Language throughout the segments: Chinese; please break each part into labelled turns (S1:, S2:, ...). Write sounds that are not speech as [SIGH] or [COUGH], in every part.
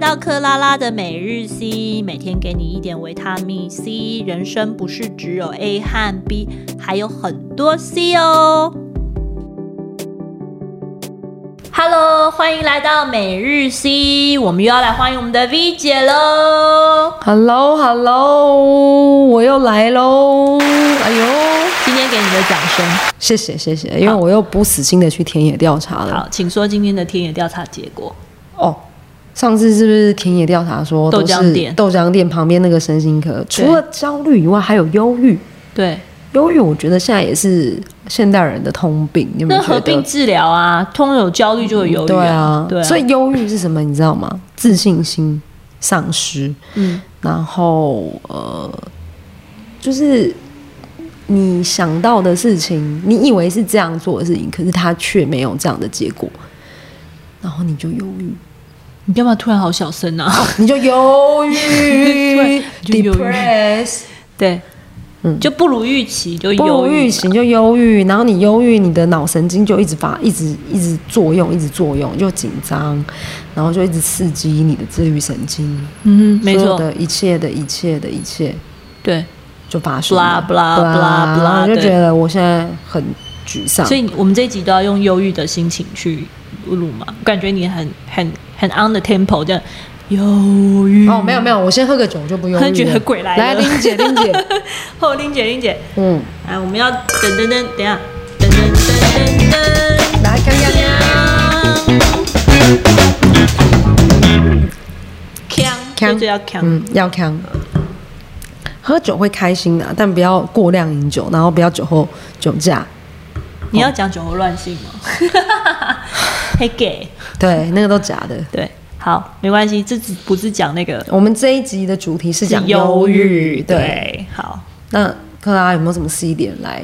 S1: 到克拉拉的每日 C，每天给你一点维他命 C。人生不是只有 A 和 B，还有很多 C 哦。Hello，欢迎来到每日 C，我们又要来欢迎我们的 V 姐喽。
S2: Hello Hello，我又来喽！哎呦，
S1: 今天给你的掌声。
S2: 谢谢谢谢，因为我又不死心的去田野调查了。
S1: 好，请说今天的田野调查结果。
S2: 哦，上次是不是田野调查说
S1: 豆
S2: 都是
S1: 浆店
S2: 豆浆店旁边那个身心科，
S1: 对
S2: 除了焦虑以外，还有忧郁。
S1: 对，
S2: 忧郁，我觉得现在也是现代人的通病，你有没
S1: 那
S2: 有觉
S1: 合并
S2: 得？
S1: 治疗啊，通有焦虑就有忧郁、
S2: 对啊，
S1: 对啊，
S2: 所以忧郁是什么？你知道吗？自信心丧失，
S1: 嗯，
S2: 然后呃，就是你想到的事情，你以为是这样做的事情，可是它却没有这样的结果，然后你就忧郁，
S1: 你干嘛突然好小声啊？
S2: 你就忧郁
S1: [LAUGHS] 对你就忧郁
S2: ，depress，
S1: 对，
S2: 嗯
S1: 就不如预期，就
S2: 不
S1: 忧
S2: 如
S1: 郁
S2: 预期就忧郁，然后你忧郁，你的脑神经就一直发，一直一直作用，一直作用，就紧张，然后就一直刺激你的自律神经，
S1: 嗯，没
S2: 所有
S1: 错，
S2: 的一切的一切的一切
S1: 对，
S2: 就发生了
S1: blah blah blah blah，
S2: 然后就
S1: 对
S2: 觉得我现在很沮丧，
S1: 所以我们这一集都要用忧郁的心情去录嘛，我感觉你很很很 on the tempo 这样忧郁
S2: 哦，没有没有，我先喝个酒就不忧郁了。
S1: 觉得鬼来了
S2: 来，林姐，
S1: [LAUGHS]
S2: 林姐，
S1: 后林姐林姐，
S2: 嗯，
S1: 啊，我们要噔噔噔，等一下，噔噔噔噔噔。
S2: 来，刚刚
S1: 强，
S2: 呛
S1: 这就要强。
S2: 嗯，要康。喝酒会开心的、但不要过量饮酒，然后不要酒后酒驾。
S1: 你要讲酒后乱性吗？嘿给，
S2: 对，那个都假的。
S1: 对，好，没关系，这只不是讲那个
S2: 我们这一集的主题是
S1: 是
S2: 讲忧郁，对。
S1: 对，好，
S2: 那克拉有没有什么 C 点来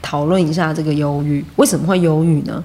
S2: 讨论一下这个忧郁？为什么会忧郁呢？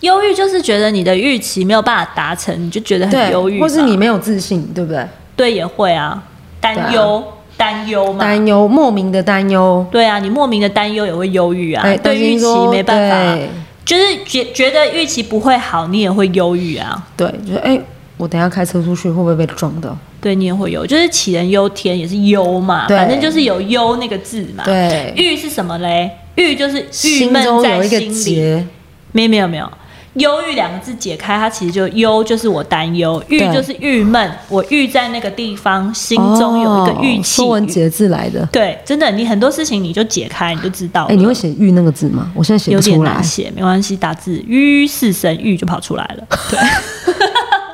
S1: 忧郁就是觉得你的预期没有办法达成，你就觉得很
S2: 对
S1: 忧郁，
S2: 或是你没有自信，对不对？
S1: 对也会啊，担忧、担忧嘛，
S2: 担忧，莫名的担忧。
S1: 对啊，你莫名的担忧也会忧郁啊，
S2: 哎
S1: 对
S2: 担
S1: 预
S2: 心
S1: 期
S2: 说
S1: 没办法
S2: 对，
S1: 就是觉觉得预期不会好，你也会忧郁啊，
S2: 对，就是哎、我等一下开车出去会不会被撞到？
S1: 对你也会有，就是杞人忧天也是忧嘛，
S2: 对
S1: 反正就是有忧那个字嘛。，
S2: 对，
S1: 郁是什么嘞？郁就是郁
S2: 心
S1: 闷
S2: 中有
S1: 在
S2: 一个
S1: 心里，
S2: 结，
S1: 没有没有没有。忧郁两个字解开，它其实就忧就是我担忧，郁
S2: 对
S1: 就是郁闷，我郁在那个地方，心中有一个郁
S2: 哦
S1: 气。
S2: 说文解字来的。
S1: 对，真的，你很多事情你就解开，你就知道了。
S2: 哎、你会写“玉”那个字吗？我现在写
S1: 有
S2: 不
S1: 点
S2: 出来
S1: 难。写，没关系，打字“郁”四声“郁”就跑出来了。对，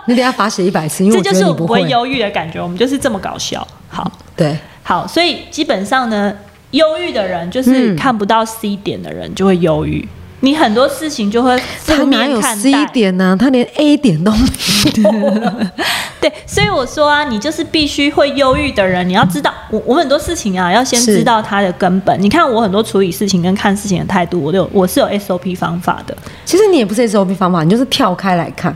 S2: 你等一下罚写一百次，因为
S1: 这
S2: 我觉
S1: 就
S2: 得
S1: 是
S2: 你
S1: 我不
S2: 会嗯
S1: 会。忧郁的感觉，我们就是这么搞笑。好，
S2: 对，
S1: 好，所以基本上呢，忧郁的人就是
S2: 嗯
S1: 看不到 C 点的人就会忧郁，你很多事情就会
S2: 他
S1: 负
S2: 哪
S1: 面
S2: 有
S1: 看
S2: C
S1: 待。
S2: 点呢、他连 A 点都没
S1: [LAUGHS]
S2: 有。
S1: 对，所以我说啊，你就是必须会忧郁的人，你要知道，我我们很多事情啊，要先
S2: 是
S1: 知道它的根本。你看我很多处理事情跟看事情的态度，我都有我是有 SOP 方法的。
S2: 其实你也不是 SOP 方法，你就是跳开来看。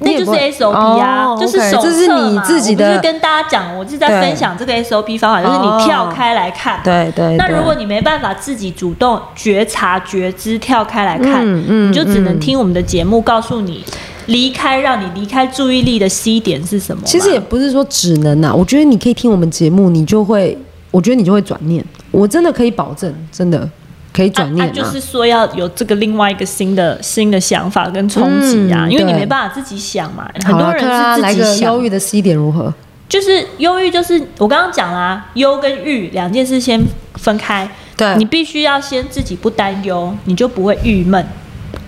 S1: 那
S2: 你
S1: 就
S2: 也
S1: 是
S2: 不会
S1: SOP 啊，
S2: 哦
S1: 就是
S2: OK，
S1: 手册
S2: 这是你自己
S1: 嘛我
S2: 的
S1: 不是。跟大家讲，我是在
S2: 对
S1: 分享这个 SOP 方法，就是
S2: 哦
S1: 你跳开来看。
S2: 对对
S1: 那如果
S2: 对
S1: 你没办法自己主动觉察、觉知、跳开来看，
S2: 嗯嗯
S1: 你就只能
S2: 嗯
S1: 听我们的节目，告诉你离开，让你离开注意力的 C 点是什么嘛。
S2: 其实也不是说只能啊，我觉得你可以听我们节目，你就会，我觉得你就会转念。我真的可以保证，真的可以转念
S1: 啊啊就是说要有这个另外一个新的新的想法跟冲击啊，
S2: 嗯
S1: 因为你
S2: 对
S1: 没办法自己想嘛，很
S2: 好啦
S1: 多人
S2: 克拉
S1: 是
S2: 来
S1: 自
S2: 个
S1: 己想
S2: 忧郁的 C 点如何？
S1: 就是忧郁，就是我刚刚讲啦、忧跟郁两件事先分开。
S2: 对
S1: 你必须要先自己不担忧，你就不会郁闷。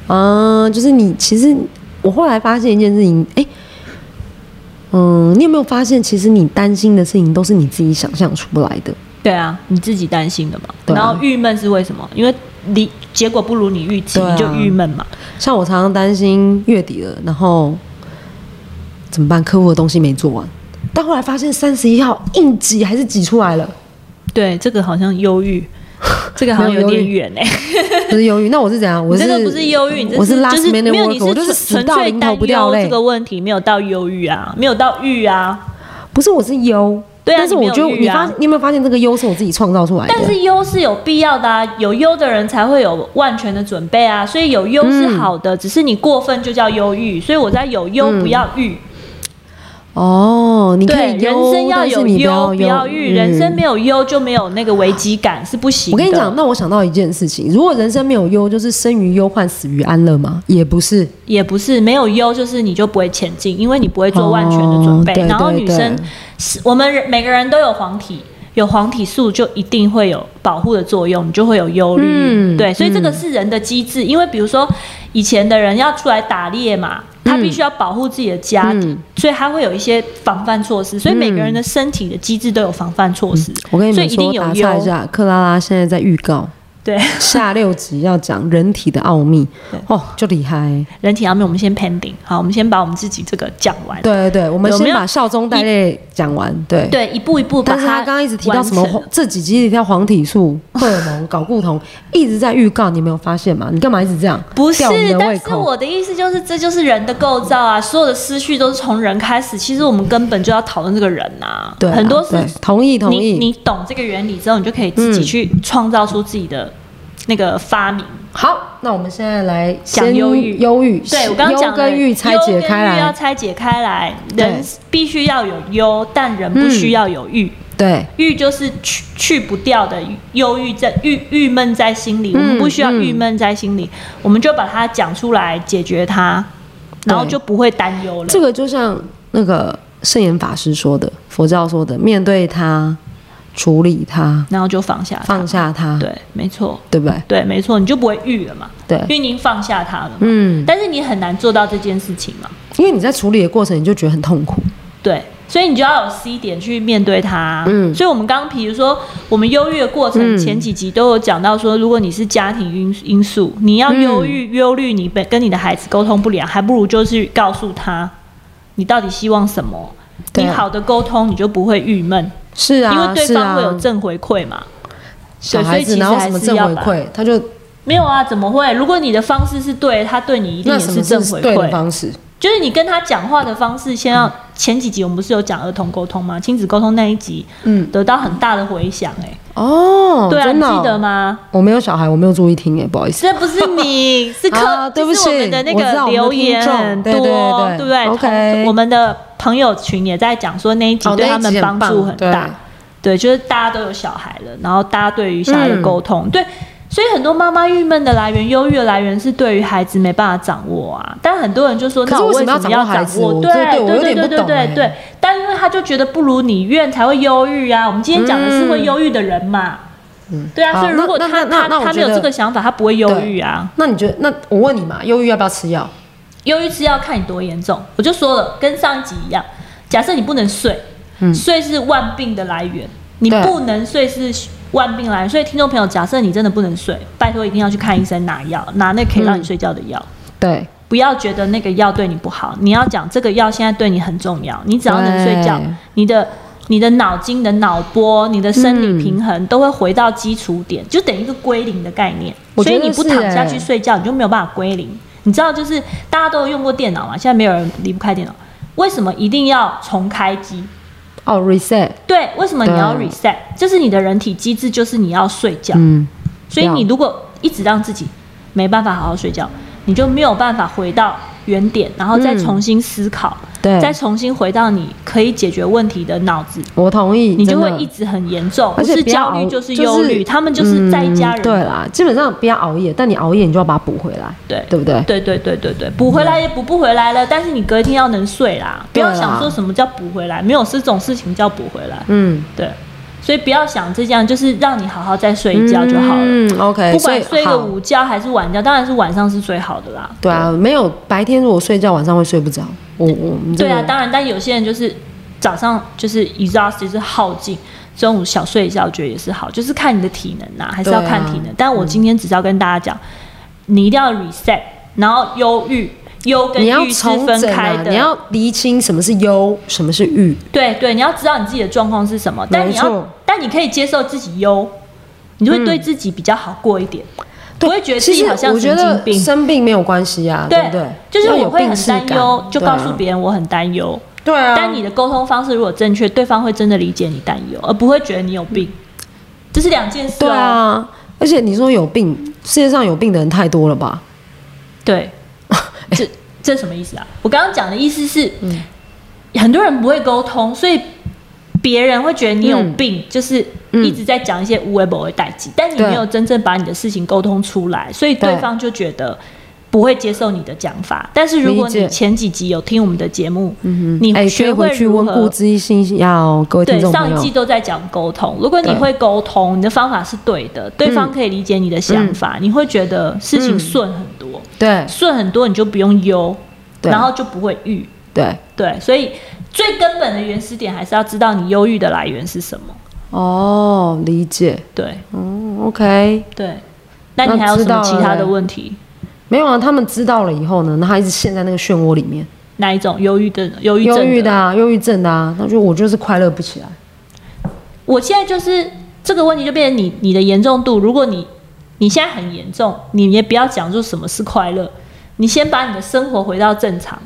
S2: 嗯，就是你其实我后来发现一件事情，哎、嗯，你有没有发现，其实你担心的事情都是你自己想象出来的？
S1: 对啊，你自己担心的嘛。
S2: 对啊
S1: 然后郁闷是为什么？因为你结果不如你预期，
S2: 对啊
S1: 你就郁闷嘛。
S2: 像我常常担心月底了，然后怎么办？客户的东西没做完，但后来发现三十一号硬挤还是挤出来了，
S1: 对，这个好像忧郁，这个好像有点远哎、
S2: 不是忧郁。那 [LAUGHS] 我是怎样？我
S1: 你
S2: 是
S1: 这个不是忧郁，你这
S2: 我
S1: 是
S2: 是
S1: 就
S2: last
S1: 是
S2: minute
S1: 没有，你
S2: work，我就是
S1: 纯
S2: 死
S1: 纯
S2: 到
S1: 粹
S2: 临头
S1: 担
S2: 不掉哎
S1: 忧
S2: 泪
S1: 这。个问题，没有到忧郁啊，没有到郁啊。
S2: 不是，我是忧。
S1: 对啊
S2: 但是
S1: 你没
S2: 我
S1: 有
S2: 觉得
S1: 郁
S2: 你
S1: 啊
S2: 发，你有没有发现这个忧是我自己创造出来的？
S1: 但是忧是有必要的啊，有忧的人才会有万全的准备啊，所以有
S2: 嗯
S1: 忧是好的，只是你过分就叫忧郁，所以我在有忧不要郁。
S2: 哦，你可
S1: 对，
S2: 以
S1: 人
S2: 忧
S1: 生要
S2: 但是
S1: 有
S2: 你
S1: 忧，
S2: 不
S1: 不要
S2: 要郁
S1: 郁。人生
S2: 嗯
S1: 没有忧就没有那个危机感，是不行的。
S2: 我跟你讲，，那我想到一件事情：如果人生没有忧，就是生于忧患，死于安乐吗？也不是。
S1: 也不是没有忧，就是你就不会前进，因为你不会做万全的准备。
S2: 哦对
S1: 然后
S2: 对
S1: 女
S2: 对
S1: 生是我们人每个人都有黄体，有黄体素就一定会有保护的作用，你就会有忧虑。
S2: 嗯
S1: 对，所以这个是人的机制，因为比如说以前的人要出来打猎嘛，他必须要保护自己的家，
S2: 嗯
S1: 所以他会有一些防范措施。所以每个人的身体的机制都有防范措施，
S2: 我跟你
S1: 所以
S2: 们
S1: 一定
S2: 说，
S1: 有
S2: 打岔一
S1: 忧。
S2: 下，克拉拉现在在预告
S1: 对，
S2: 下六集要讲人体的奥秘
S1: 对，
S2: 哦，就厉害、
S1: 人体啊方面我们先 pending，好，我们先把我们自己这个讲完。
S2: 对对对，我们
S1: 对我们
S2: 先
S1: 要
S2: 把效忠带类讲完，对。
S1: 对，一步一步把它完成。
S2: 但是他刚刚一直提到什么黄这几集一直提到黄体素、荷尔蒙、睾固酮，一直在预告，你没有发现吗？你干嘛一直这样？
S1: 不是
S2: 吊我们，的
S1: 但
S2: 胃
S1: 是
S2: 口。
S1: 我的意思就是，这就是人的构造啊，所有的思绪都是从人开始。其实我们根本就要讨论这个人呐、
S2: 对啊，
S1: 很多事
S2: 对同意同
S1: 你
S2: 意。
S1: 你懂这个原理之后，你就可以自己去创造出自己的那个发明。
S2: 嗯好，那我们现在来
S1: 讲
S2: 先
S1: 忧郁
S2: 忧郁，
S1: 对我刚刚讲
S2: 忧
S1: 了
S2: 跟郁拆解开
S1: 忧跟郁要
S2: 来，
S1: 拆解开来，
S2: 对嗯
S1: 人必须要有忧，但人不需要有郁。
S2: 对，
S1: 郁就是去去不掉的忧郁症，郁郁闷在心里，我们
S2: 嗯
S1: 不需要
S2: 嗯
S1: 郁闷在心里，我们就把它讲出来，解决它，然后
S2: 对
S1: 就不会担忧了。
S2: 这个就像那个圣严法师说的，佛教说的，面对它，处理它，
S1: 然后就放下它
S2: 放下它，
S1: 对，没错，
S2: 对不对？
S1: 对，没错，你就不会郁了嘛，因
S2: 对，
S1: 为你已经放下它了嘛。
S2: 嗯，
S1: 但是你很难做到这件事情嘛，
S2: 因为你在处理的过程，你就觉得很痛苦，
S1: 对，所以你就要有 C 点去面对它。
S2: 嗯
S1: 所以我们刚刚比如说我们忧郁的过程，
S2: 嗯
S1: 前几集都有讲到说，如果你是家庭因因素，你要忧
S2: 嗯
S1: 郁忧虑，你本跟你的孩子沟通不良，还不如就是告诉他你到底希望什么。
S2: 对
S1: 你好的沟通，你就不会郁闷，
S2: 是
S1: 因为
S2: 啊，
S1: 对
S2: 是
S1: 方会有
S2: 啊，
S1: 正回馈嘛。
S2: 小
S1: 对所以
S2: 孩
S1: 其
S2: 子
S1: 实
S2: 哪有
S1: 还
S2: 什么
S1: 是
S2: 正
S1: 要
S2: 回
S1: 把
S2: 馈，他就
S1: 没有啊，怎么会？如果你的方式是对，他对你一定
S2: 那
S1: 也
S2: 什
S1: 是
S2: 么
S1: 正回
S2: 是对的
S1: 馈。
S2: 方式？嗯
S1: 就是你跟他讲话的方式，先要前几集我们不是有讲儿童沟通吗？亲子沟通那一集
S2: 嗯，
S1: 得到很大的回响、哎、
S2: 哦，
S1: 对啊，
S2: 真
S1: 你
S2: 的
S1: 记得
S2: 哦，
S1: 吗？
S2: 我没有小孩，我没有注意听，哎，不好意思。
S1: 这不是
S2: [LAUGHS]
S1: 你，是客、
S2: 啊对不起
S1: 就是我们的那
S2: 我知
S1: 个
S2: 道
S1: 留言
S2: 我们
S1: 很
S2: 的听众
S1: 多，
S2: 对对对对
S1: 不对
S2: OK
S1: 同我们的朋友群也在讲说那一集
S2: 哦
S1: 对
S2: 那一
S1: 他们
S2: 集很
S1: 帮助
S2: 棒
S1: 很大。对，就是大家都有小孩了，然后大家对于小孩的沟通，
S2: 嗯
S1: 对，所以很多妈妈郁闷的来源、忧郁的来源是对于孩子没办法掌握啊。但很多人就说，
S2: 可是
S1: 那我
S2: 为什么
S1: 么
S2: 要
S1: 掌
S2: 掌握孩子
S1: 握？
S2: 我
S1: 对
S2: 这对我有
S1: 对
S2: 点
S1: 对
S2: 不
S1: 对
S2: 懂
S1: 对
S2: 欸
S1: 对。但因为他就觉得不如你愿才会忧郁啊。我们今天讲的是会忧郁的人嘛。
S2: 嗯
S1: 对啊，
S2: 好
S1: 所以如果
S2: 那
S1: 他
S2: 那那
S1: 他
S2: 那我
S1: 他没
S2: 觉
S1: 有
S2: 得
S1: 这个想法，他不会忧郁啊。
S2: 那你觉得？那我问你嘛，忧郁要不要吃药？
S1: 忧郁是要看你多严重。我就说了，跟上一集一样，假设你不能睡，
S2: 嗯
S1: 睡是万病的来源，你
S2: 对
S1: 不能睡是万病来源。所以听众朋友，假设你真的不能睡，拜托一定要去看医生拿药，拿那可以让你睡觉的药。
S2: 对，
S1: 不要觉得那个药对你不好，你要讲这个药现在对你很重要。你只要能睡觉
S2: 对，
S1: 你的你的脑筋、你的脑波、你的生理平衡、都会回到基础点，就等于一个归零的概念。
S2: 我
S1: 所
S2: 觉
S1: 以
S2: 得
S1: 你不
S2: 是
S1: 躺下
S2: 欸
S1: 去睡觉，你就没有办法归零。你知道，就是大家都有用过电脑嘛，现在没有人离不开电脑。为什么一定要重开机？
S2: 哦，reset，
S1: 对，为什么你要
S2: 对
S1: reset？就是你的人体机制，就是你要睡觉。
S2: 嗯，
S1: 所以
S2: 要
S1: 你如果一直让自己没办法好好睡觉，你就没有办法回到原点，然后再
S2: 嗯
S1: 重新思考，
S2: 对，
S1: 再重新回到你可以解决问题的脑子，
S2: 我同意，
S1: 你就
S2: 真
S1: 会
S2: 的
S1: 一直很严重，不
S2: 而且
S1: 是
S2: 不要
S1: 焦虑
S2: 熬
S1: 就是忧虑，他们就是在家
S2: 嗯
S1: 人。
S2: 对啦，基本上不要熬夜，但你熬夜你就要把它补回来，
S1: 对
S2: 对不对？
S1: 对对对对对，补回来也补不回来了，但是你隔天要能睡啦，不要
S2: 对啦
S1: 想说什么叫补回来，没有这种事情叫补回来。
S2: 嗯，
S1: 对，所以不要想这样，就是让你好好再睡一觉就好了。
S2: 嗯，OK，
S1: 不管
S2: 所以
S1: 睡个
S2: 好
S1: 午觉还是晚觉，当然是晚上是最好的啦。
S2: 对啊，没有白天如果睡觉，晚上会睡不着。我我们这
S1: 对
S2: 个
S1: 啊，当然，但有些人就是早上就是 exhaust 就是耗尽，中午小睡一下，我觉得也是好，就是看你的体能呐、还是要看体能。
S2: 对啊
S1: 但我今天只是要跟大家讲，你一定要 reset，然后忧郁。忧跟
S2: 你要
S1: 郁是
S2: 重
S1: 分
S2: 整
S1: 开
S2: 啊，
S1: 的，
S2: 你要厘清什么是忧，什么是欲。
S1: 对对，你要知道你自己的状况是什么，但你
S2: 没
S1: 要
S2: 错，嗯
S1: 但你可以接受自己忧，你就会对自己比较好过一点，不会觉得自
S2: 其
S1: 己
S2: 实
S1: 好像
S2: 我觉
S1: 神经
S2: 得
S1: 病。
S2: 生病没有关系啊，对不对？
S1: 就是
S2: 要
S1: 我
S2: 有
S1: 会
S2: 病
S1: 很
S2: 耻
S1: 担
S2: 感
S1: 忧，就告诉
S2: 对啊
S1: 别人我很担忧。
S2: 对啊，
S1: 但你的沟通方式如果正确，对方会真的理解你担忧，而不会觉得你有病。这是两件事、哦。
S2: 对，啊，而且你说有病，世界上有病的人太多了吧？嗯
S1: 对，这这什么意思啊？我刚刚讲的意思是，很多人不会沟通，所以别人会觉得你有
S2: 嗯
S1: 病，就是
S2: 嗯
S1: 一直在讲一些无为不为代际，但你
S2: 对
S1: 没有真正把你的事情沟通出来，所以对
S2: 对
S1: 方就觉得。不会接受你的讲法，但是如果
S2: 理解
S1: 你前几集有听我们的节目，
S2: 嗯哼
S1: [LAUGHS] 你
S2: 哎，可以
S1: 学会
S2: 回去
S1: 如
S2: 问
S1: 何
S2: 顾之信要各位听
S1: 对，
S2: 众
S1: 上
S2: 朋
S1: 一
S2: 友
S1: 季，都在讲沟通。如果你
S2: 对
S1: 会沟通，你的方法是对的，对方可以理解你的想法，你会觉得事情
S2: 嗯
S1: 顺很多，
S2: 对
S1: 顺很多你就不用忧，
S2: 嗯对
S1: 然后就不会郁。
S2: 对
S1: 对，所以最根本的原始点还是要知道你忧郁的来源是什么。
S2: 哦，理解，
S1: 对
S2: 嗯，OK，
S1: 对，那你还有
S2: 那
S1: 什
S2: 知道
S1: 么其他
S2: 了
S1: 的问题？
S2: 没有啊，他们知道了以后呢，那他一直陷在那个漩涡里面，
S1: 哪一种忧郁症？忧郁症
S2: 忧郁的啊，忧郁症的啊，那就我就是快乐不起来，
S1: 我现在就是这个问题就变成你你的严重度，如果你你现在很严重，你也不要讲说什么是快乐，你先把你的生活回到正常。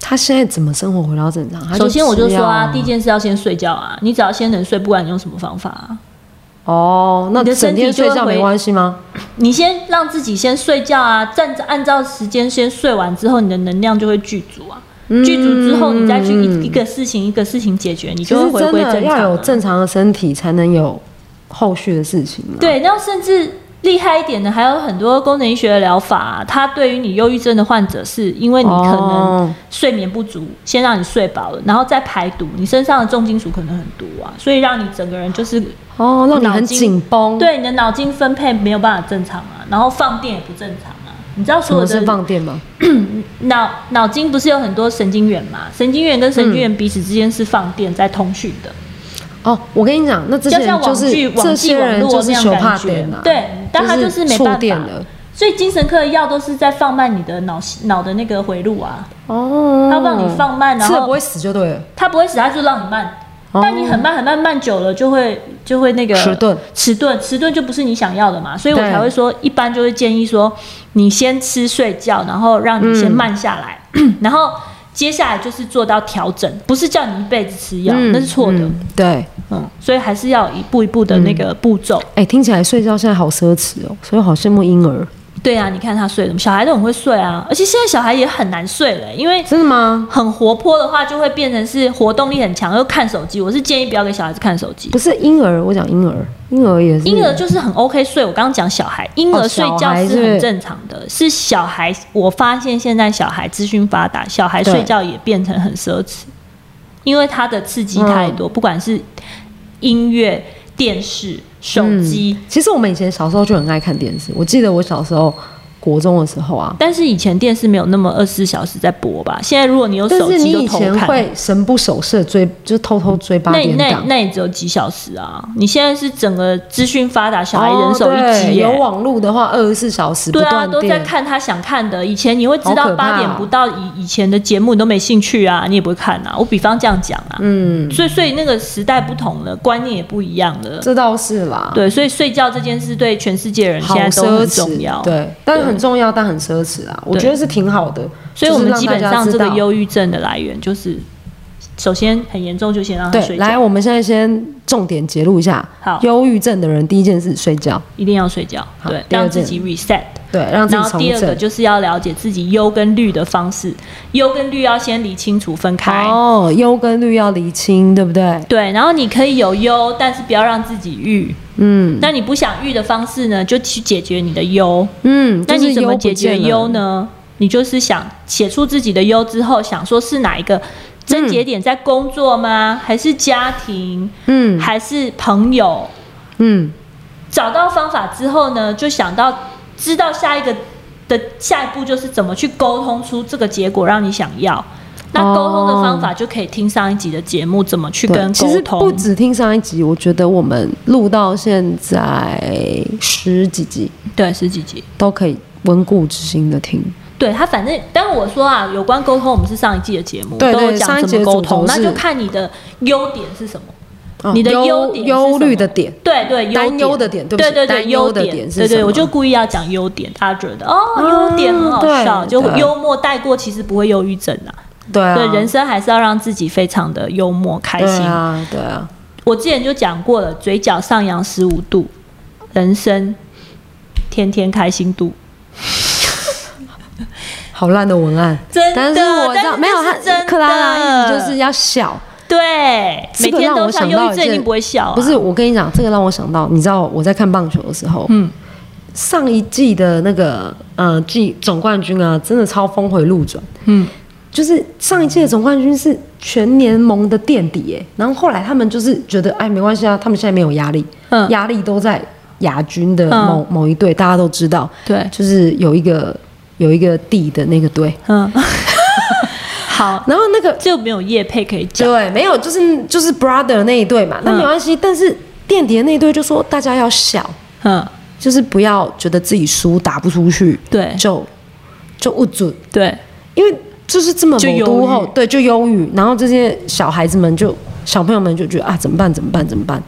S2: 他现在怎么生活回到正常？他
S1: 首先我就
S2: 吃
S1: 说
S2: 药
S1: 啊，第一件事要先睡觉啊，你只要先能睡，不管你用什么方法啊，
S2: 哦，那
S1: 你的
S2: 整
S1: 身体
S2: 天睡
S1: 就会
S2: 觉没
S1: 回
S2: 关系吗？
S1: 你先让自己先睡觉啊，站着按照时间先睡完之后，你的能量就会具足啊。具足之后，你再去
S2: 嗯
S1: 一一个事情一个事情解决，你
S2: 其
S1: 就会
S2: 实
S1: 回
S2: 真
S1: 归
S2: 的
S1: 正
S2: 要
S1: 常
S2: 有
S1: 啊。
S2: 正常的身体，才能有后续的事情啊。
S1: 对，然后甚至厉害一点的，还有很多功能医学的疗法、啊，它对于你忧郁症的患者是，因为你可
S2: 哦
S1: 能睡眠不足，先让你睡饱了，然后再排毒，你身上的重金属可能很多啊，所以让你整个人就是
S2: 哦，让你很
S1: 脑筋
S2: 紧绷。，
S1: 对你的脑筋分配没有办法正常啊，然后放电也不正常啊。你知道
S2: 什
S1: 所有
S2: 么是
S1: 的
S2: 放电吗？
S1: 脑脑筋不是有很多神经元嘛？神经元跟神经元
S2: 嗯
S1: 彼此之间是放电在通讯的，
S2: 哦，我跟你讲，那这些
S1: 就像
S2: 人
S1: 网
S2: 就是
S1: 剧、
S2: 这
S1: 网际
S2: 些
S1: 网
S2: 人
S1: 络
S2: 就是
S1: 那样
S2: 手怕
S1: 感觉
S2: 电啊，，
S1: 对，但他就是没
S2: 触
S1: 办
S2: 电
S1: 法。
S2: 的。
S1: 所以精神科的药都是在放慢你的脑脑的那个回路啊，
S2: 哦，
S1: 它让你放慢然
S2: 吃
S1: 后
S2: 啊了不会死就对了。
S1: 它不会使它就让你慢，
S2: 哦
S1: 但你很慢很慢慢久了就会就会那个
S2: 迟钝，
S1: 迟钝迟钝就不是你想要的嘛，所以我
S2: 对
S1: 才会说一般就会建议说你先吃睡觉，然后让你先慢下
S2: [CLEARS THROAT]
S1: 来，然后接下来就是做到调整，不是叫你一辈子吃药，
S2: 嗯
S1: 那是错的，
S2: 嗯对，
S1: 嗯，所以还是要一步一步的那个步骤。
S2: 哎，听起来睡觉现在好奢侈哦，所以好羡慕婴儿。
S1: 对啊，你看他睡什么，小孩都很会睡啊，而且现在小孩也很难睡了，因为
S2: 真的吗？
S1: 很活泼的话，就会变成是活动力很强，又看手机。我是建议不要给小孩子看手机
S2: 不。是婴儿，我讲婴儿，婴儿也是
S1: 婴儿就是很 OK 睡，我刚刚讲小孩，婴儿睡
S2: 小
S1: 觉
S2: 哦孩
S1: 是
S2: 是
S1: 很正常的，是小孩。我发现现在小孩资讯发达，小孩睡觉也变成很奢侈，因为他的刺激太
S2: 嗯
S1: 多，不管是音乐、电视、手机。
S2: 其实我们以前小时候就很爱看电视，我记得我小时候国中的时候啊，
S1: 但是以前电视没有那么二十四小时在播吧？现在如果你有
S2: 但
S1: 手
S2: 是你
S1: 机就
S2: 以
S1: 偷
S2: 前
S1: 看。
S2: 会神不守舍追，就偷偷追八
S1: 那你
S2: 点
S1: 那
S2: 档。
S1: 那也只有几小时啊！你现在是整个资讯发达，小孩
S2: 哦
S1: 人手一
S2: 对
S1: 机耶、
S2: 有网络的话，二十四小时不
S1: 对啊，
S2: 断
S1: 都在
S2: 电。
S1: 看他想看的。以前你会知
S2: 好
S1: 道
S2: 可怕
S1: 八
S2: 哦
S1: 点不到以以前的节目你都没兴趣啊，你也不会看啊。我比方这样讲啊，
S2: 嗯，
S1: 所以所以那个时代不同了，观念也不一样了。
S2: 这倒是啦。，
S1: 对，所以睡觉这件事对全世界人
S2: 好
S1: 现在都
S2: 奢
S1: 很
S2: 侈，
S1: 重要。，
S2: 对，但很重要，但很奢侈啊。我觉得是挺好的，
S1: 所以我们
S2: 就是
S1: 基
S2: 让
S1: 本
S2: 大家
S1: 上这
S2: 知
S1: 个
S2: 道
S1: 忧郁症的来源就是，首先很严重就先让他
S2: 对。
S1: 睡觉，
S2: 来，我们现在先重点揭露一下，
S1: 好
S2: 忧郁症的人第一件事睡觉，
S1: 一定要睡觉，
S2: 好
S1: 对，
S2: 第二
S1: 让自
S2: 件
S1: 己 reset。
S2: 对，让自
S1: 然后
S2: 己重
S1: 第二个
S2: 整。
S1: 就是要了解自己优跟绿的方式，优跟绿要先理清楚分开。
S2: 哦，忧跟虑要厘清，对不对？
S1: 对，然后你可以有忧，但是不要让自己郁。
S2: 嗯
S1: 那你不想郁的方式呢，就去解决你的忧。
S2: 嗯，
S1: 那
S2: 就是
S1: 你怎
S2: 忧
S1: 么
S2: 不
S1: 解决
S2: 见了
S1: 忧？呢？你就是想写出自己的忧之后，想说是哪一个症结点，在工作吗？还是家庭？
S2: 嗯
S1: 还是朋友？
S2: 嗯，
S1: 找到方法之后呢，就想到知道下一个的下一步就是怎么去沟通出这个结果让你想要。那沟通的方法就可以听上一集的节目，怎么去
S2: 哦对，
S1: 跟
S2: 其
S1: 沟
S2: 实不
S1: 通。
S2: 止听上一集，我觉得我们录到现在十几集
S1: 对，十几集。
S2: 都可以温故知新的听。
S1: 对他，反正，但我说啊，有关沟通，我们是上一季的节目
S2: 对
S1: 都有
S2: 对上一
S1: 讲
S2: 集
S1: 怎
S2: 的
S1: 么沟通
S2: 主，轴
S1: 那
S2: 是
S1: 就看你的优点是什么，
S2: 哦
S1: 你的
S2: 忧
S1: 点是什么
S2: 忧虑的点，
S1: 对对，
S2: 担
S1: 点
S2: 忧的点对不
S1: 对
S2: 起
S1: 对
S2: 担
S1: 对，
S2: 忧
S1: 优
S2: 的点
S1: 点，
S2: 是
S1: 对
S2: 什
S1: 对，
S2: 么啊
S1: 我就故意要讲优点，大家觉得哦，优点很好
S2: 对
S1: 笑，就
S2: 对
S1: 幽默带过，其实不会忧郁症啊。
S2: 对啊，
S1: 对，人生还是要让自己非常的幽默开
S2: 对
S1: 心。
S2: 啊，对啊，
S1: 我之前就讲过了，嘴角上扬十五度，人生天天开心度。
S2: 好烂的文案，
S1: 真的
S2: 但是我知
S1: 但
S2: 道
S1: 是
S2: 没有
S1: 这是
S2: 他
S1: 真的
S2: 克拉拉意思就是要小，
S1: 对，
S2: 这
S1: 每
S2: 个
S1: 天
S2: 让
S1: 都
S2: 我
S1: 笑，
S2: 想
S1: 忧
S2: 到
S1: 郁
S2: 一
S1: 症一
S2: 件
S1: 定不会笑、啊，
S2: 不是，我跟你讲，这个让我想到，你知道我在看棒球的时候，
S1: 嗯，
S2: 上一季的那个呃季总冠军啊，真的超峰回路转。
S1: 嗯，
S2: 就是上一届的总冠军是全联盟的垫底耶，然后后来他们就是觉得哎没关系啊，他们现在没有压力，
S1: 嗯
S2: 压力都在亚军的
S1: 嗯
S2: 某、某一队，大家都知道，
S1: 对，
S2: 就是有一个有一个地的那个队，
S1: 嗯， [LAUGHS] 好，
S2: 然后那个
S1: 就没有叶配可以讲，
S2: 对没有就是就是 brother 那一队嘛，那
S1: 嗯
S2: 没关系，但是垫底的那一队就说大家要小，
S1: 嗯，
S2: 就是不要觉得自己输打不出去，
S1: 对
S2: 就嗯就不准，
S1: 对，
S2: 因为就是这么
S1: 就
S2: 某
S1: 忧
S2: 都
S1: 郁
S2: 后，对，就忧郁，然后这些小孩子们就小朋友们就觉得啊，怎么办？怎么办？怎么办？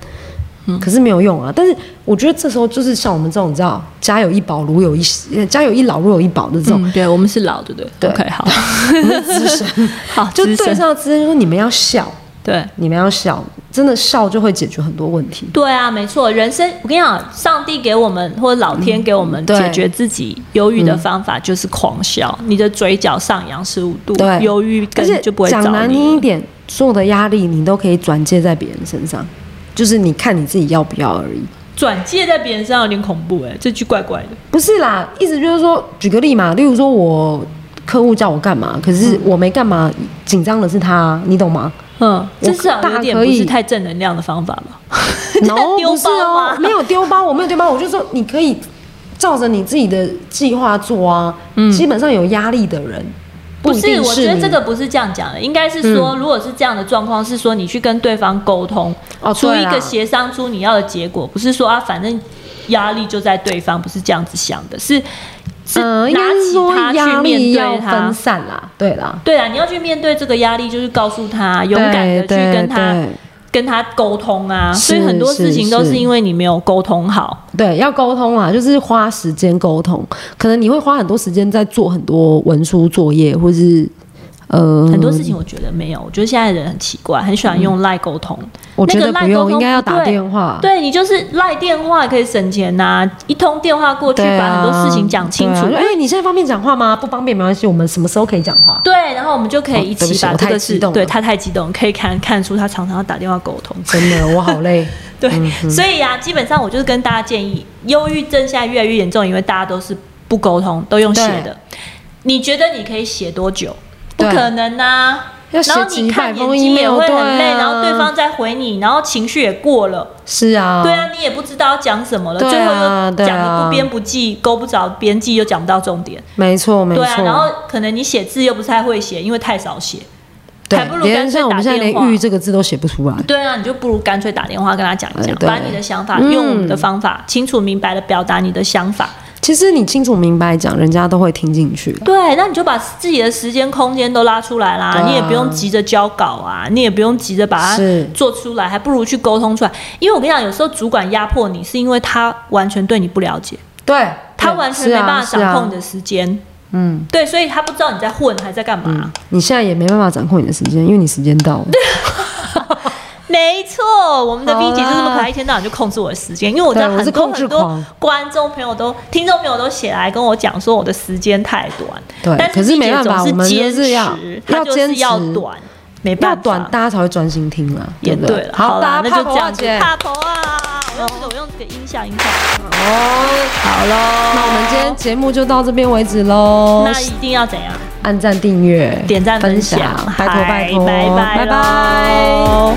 S1: 嗯
S2: 可是没有用啊！但是我觉得这时候就是像我们这种，你知道，家有一宝，如有一呃家有一老，如有一宝的这种，
S1: 嗯，对，我们是老的，对
S2: 对
S1: o k [LAUGHS] 好，
S2: 我们是资深，
S1: [LAUGHS] 好，
S2: 就
S1: 资深
S2: 对上资深说你们要笑，
S1: 对。
S2: 你们要笑，真的笑就会解决很多问题。
S1: 对啊，没错，人生我跟你讲，上帝给我们或者老天给我们
S2: 嗯对嗯
S1: 解决自己忧郁的方法就是狂笑，你的嘴角上扬十五度
S2: 对，
S1: 忧郁
S2: 而
S1: 根
S2: 且
S1: 本就不会
S2: 讲
S1: 找
S2: 难听
S1: 你
S2: 一。点，所有的压力你都可以转借在别人身上，就是你看你自己要不要而已。
S1: 转借在别人身上有点恐怖哎、这句怪怪的。
S2: 不是啦，意思就是说，举个例嘛，例如说我客户叫我干嘛，可是我没干嘛，紧张的是他，你懂
S1: [LAUGHS]
S2: 吗？
S1: 嗯，
S2: 我
S1: 这至少有点
S2: 大
S1: 不
S2: 可以
S1: 是太正能量的方法
S2: [LAUGHS]
S1: 吧？ [LAUGHS]
S2: 然后
S1: 丢
S2: 不是
S1: 包
S2: 哦
S1: 吗，
S2: 没有丢包，我没有丢包，我就说你可以照着你自己的计划做啊。基本上有压力的人，
S1: [LAUGHS] 嗯不
S2: 一定
S1: 是，
S2: 是
S1: 我觉得
S2: 你
S1: 这个不是这样讲的，应该是说，如果是这样的状况，是说你去跟对方沟通，
S2: 哦
S1: 出
S2: 对
S1: 一
S2: 啦
S1: 个协商出你要的结果，不是说啊，反正压力就在对方，不是这样子想的，是是
S2: 呃，应
S1: 拿
S2: 该是
S1: 起
S2: 说
S1: 他去
S2: 压力
S1: 面
S2: 要
S1: 对
S2: 分
S1: 他。
S2: 散啦，对啦，
S1: 对啊，你要去面对这个压力，就是告诉他，勇敢的去
S2: 对对
S1: 跟他
S2: 对
S1: 跟他沟通啊。
S2: 是
S1: 所以很多事情都
S2: 是
S1: 是
S2: 是
S1: 因为你没有沟通好。
S2: 对，要沟通啊，就是花时间沟通。可能你会花很多时间在做很多文书作业，或是呃
S1: 很多事情我觉得没有，我觉得现在人很奇怪，很喜欢
S2: 嗯
S1: 用赖沟通。
S2: 我觉
S1: 那个
S2: 得
S1: 赖
S2: 不
S1: 沟
S2: 用，
S1: 通
S2: 应该要打
S1: 对
S2: 电话。
S1: 对你就是赖电话可以省钱呐、一通电话过去
S2: 对
S1: 把
S2: 啊，
S1: 很多事情讲清楚。
S2: 对啊哎，你现在方便讲话吗？不方便没关系，我们什么时候可以讲
S1: [LAUGHS]
S2: 话？
S1: 对，然后我们就可
S2: 哦
S1: 以一
S2: 对不
S1: 起
S2: 起
S1: 把
S2: 我
S1: 这
S2: 太
S1: 个
S2: 激
S1: 事，
S2: 动了
S1: 对他太激动，可以看看出他常常要打电话沟通。 [LAUGHS]
S2: 真的，我好累。
S1: 对，
S2: 嗯
S1: 所以呀、基本上我就是跟大家建议，忧郁症现在越来越严重，因为大家都是不沟通，都用写的。你觉得你可以写多久？不
S2: 对
S1: 可能呐、
S2: 要写
S1: 然后
S2: 几
S1: 你
S2: 百
S1: 看
S2: 封
S1: 眼睛也
S2: email，
S1: 会
S2: 对啊
S1: 很累，然后对方再回你，然后情绪也过了，
S2: 是啊，
S1: 对，啊，你也不知道讲什么了，
S2: 对
S1: 最后
S2: 啊
S1: 又
S2: 对啊
S1: 讲的不边不记，勾不着边际，又讲不到重点。
S2: 没错没
S1: 对啊，然
S2: 错。
S1: 后可能你写字又不太会写，因为太少写。
S2: 对
S1: 还不，如
S2: 连
S1: 干脆
S2: 像我们
S1: 打
S2: 现在连
S1: 电
S2: “
S1: 话
S2: 玉”这个字都写不出来。
S1: 对啊，你就不如干脆打电话跟他讲一
S2: 哎
S1: 讲，
S2: 对
S1: 把你的想法
S2: 嗯
S1: 用我们的方法清楚明白的表达你的想法。
S2: 其实你清楚明白讲，人家都会听进去。
S1: 对，那你就把自己的时间空间都拉出来啦，
S2: 对啊
S1: 你也不用急着交稿啊，你也不用急着把
S2: 是
S1: 它做出来，还不如去沟通出来。因为我跟你讲，有时候主管压迫你，是因为他完全对你不了解。
S2: 对，
S1: 他
S2: 对
S1: 完全
S2: 是
S1: 没
S2: 啊
S1: 办法掌控你
S2: 是啊
S1: 的时间，
S2: 嗯，
S1: 对，所以他不知道你在混还在干嘛。
S2: 你现在也没办法掌控你的时间，因为你时间到了。
S1: 没错，我们的
S2: 好
S1: B 姐就是这
S2: 啦
S1: 么可爱，一天到晚就控制我的时间，因为我知道
S2: 对我是
S1: 很多
S2: 控制
S1: 很多
S2: 狂
S1: 观众朋友都、听众朋友都写来跟我讲说我的时间太短，
S2: 对
S1: 但
S2: 可是
S1: 是 B
S2: 没
S1: 姐
S2: 办法
S1: 总
S2: 我们
S1: 坚
S2: 就是
S1: 持，
S2: 要
S1: 她
S2: 要
S1: 就
S2: 坚
S1: 是
S2: 持
S1: 要短，没
S2: 要
S1: 办法，
S2: 短，大家才会专心听啦，
S1: 也
S2: 不
S1: 对了。
S2: 好，
S1: 啦
S2: 大，家
S1: 那
S2: 怕
S1: 就这
S2: 婆啊
S1: 样子
S2: 姐，。
S1: 怕婆啊！我用这个，我用这个音效，音效。
S2: 哦，
S1: 好喽，
S2: 那我们今天节目就到这边为止喽。
S1: 那一定要怎样？
S2: 按赞、订阅、
S1: 点赞
S2: 分
S1: 分享
S2: 拜托
S1: 嗨
S2: 拜托，
S1: 拜拜
S2: 拜拜
S1: 喽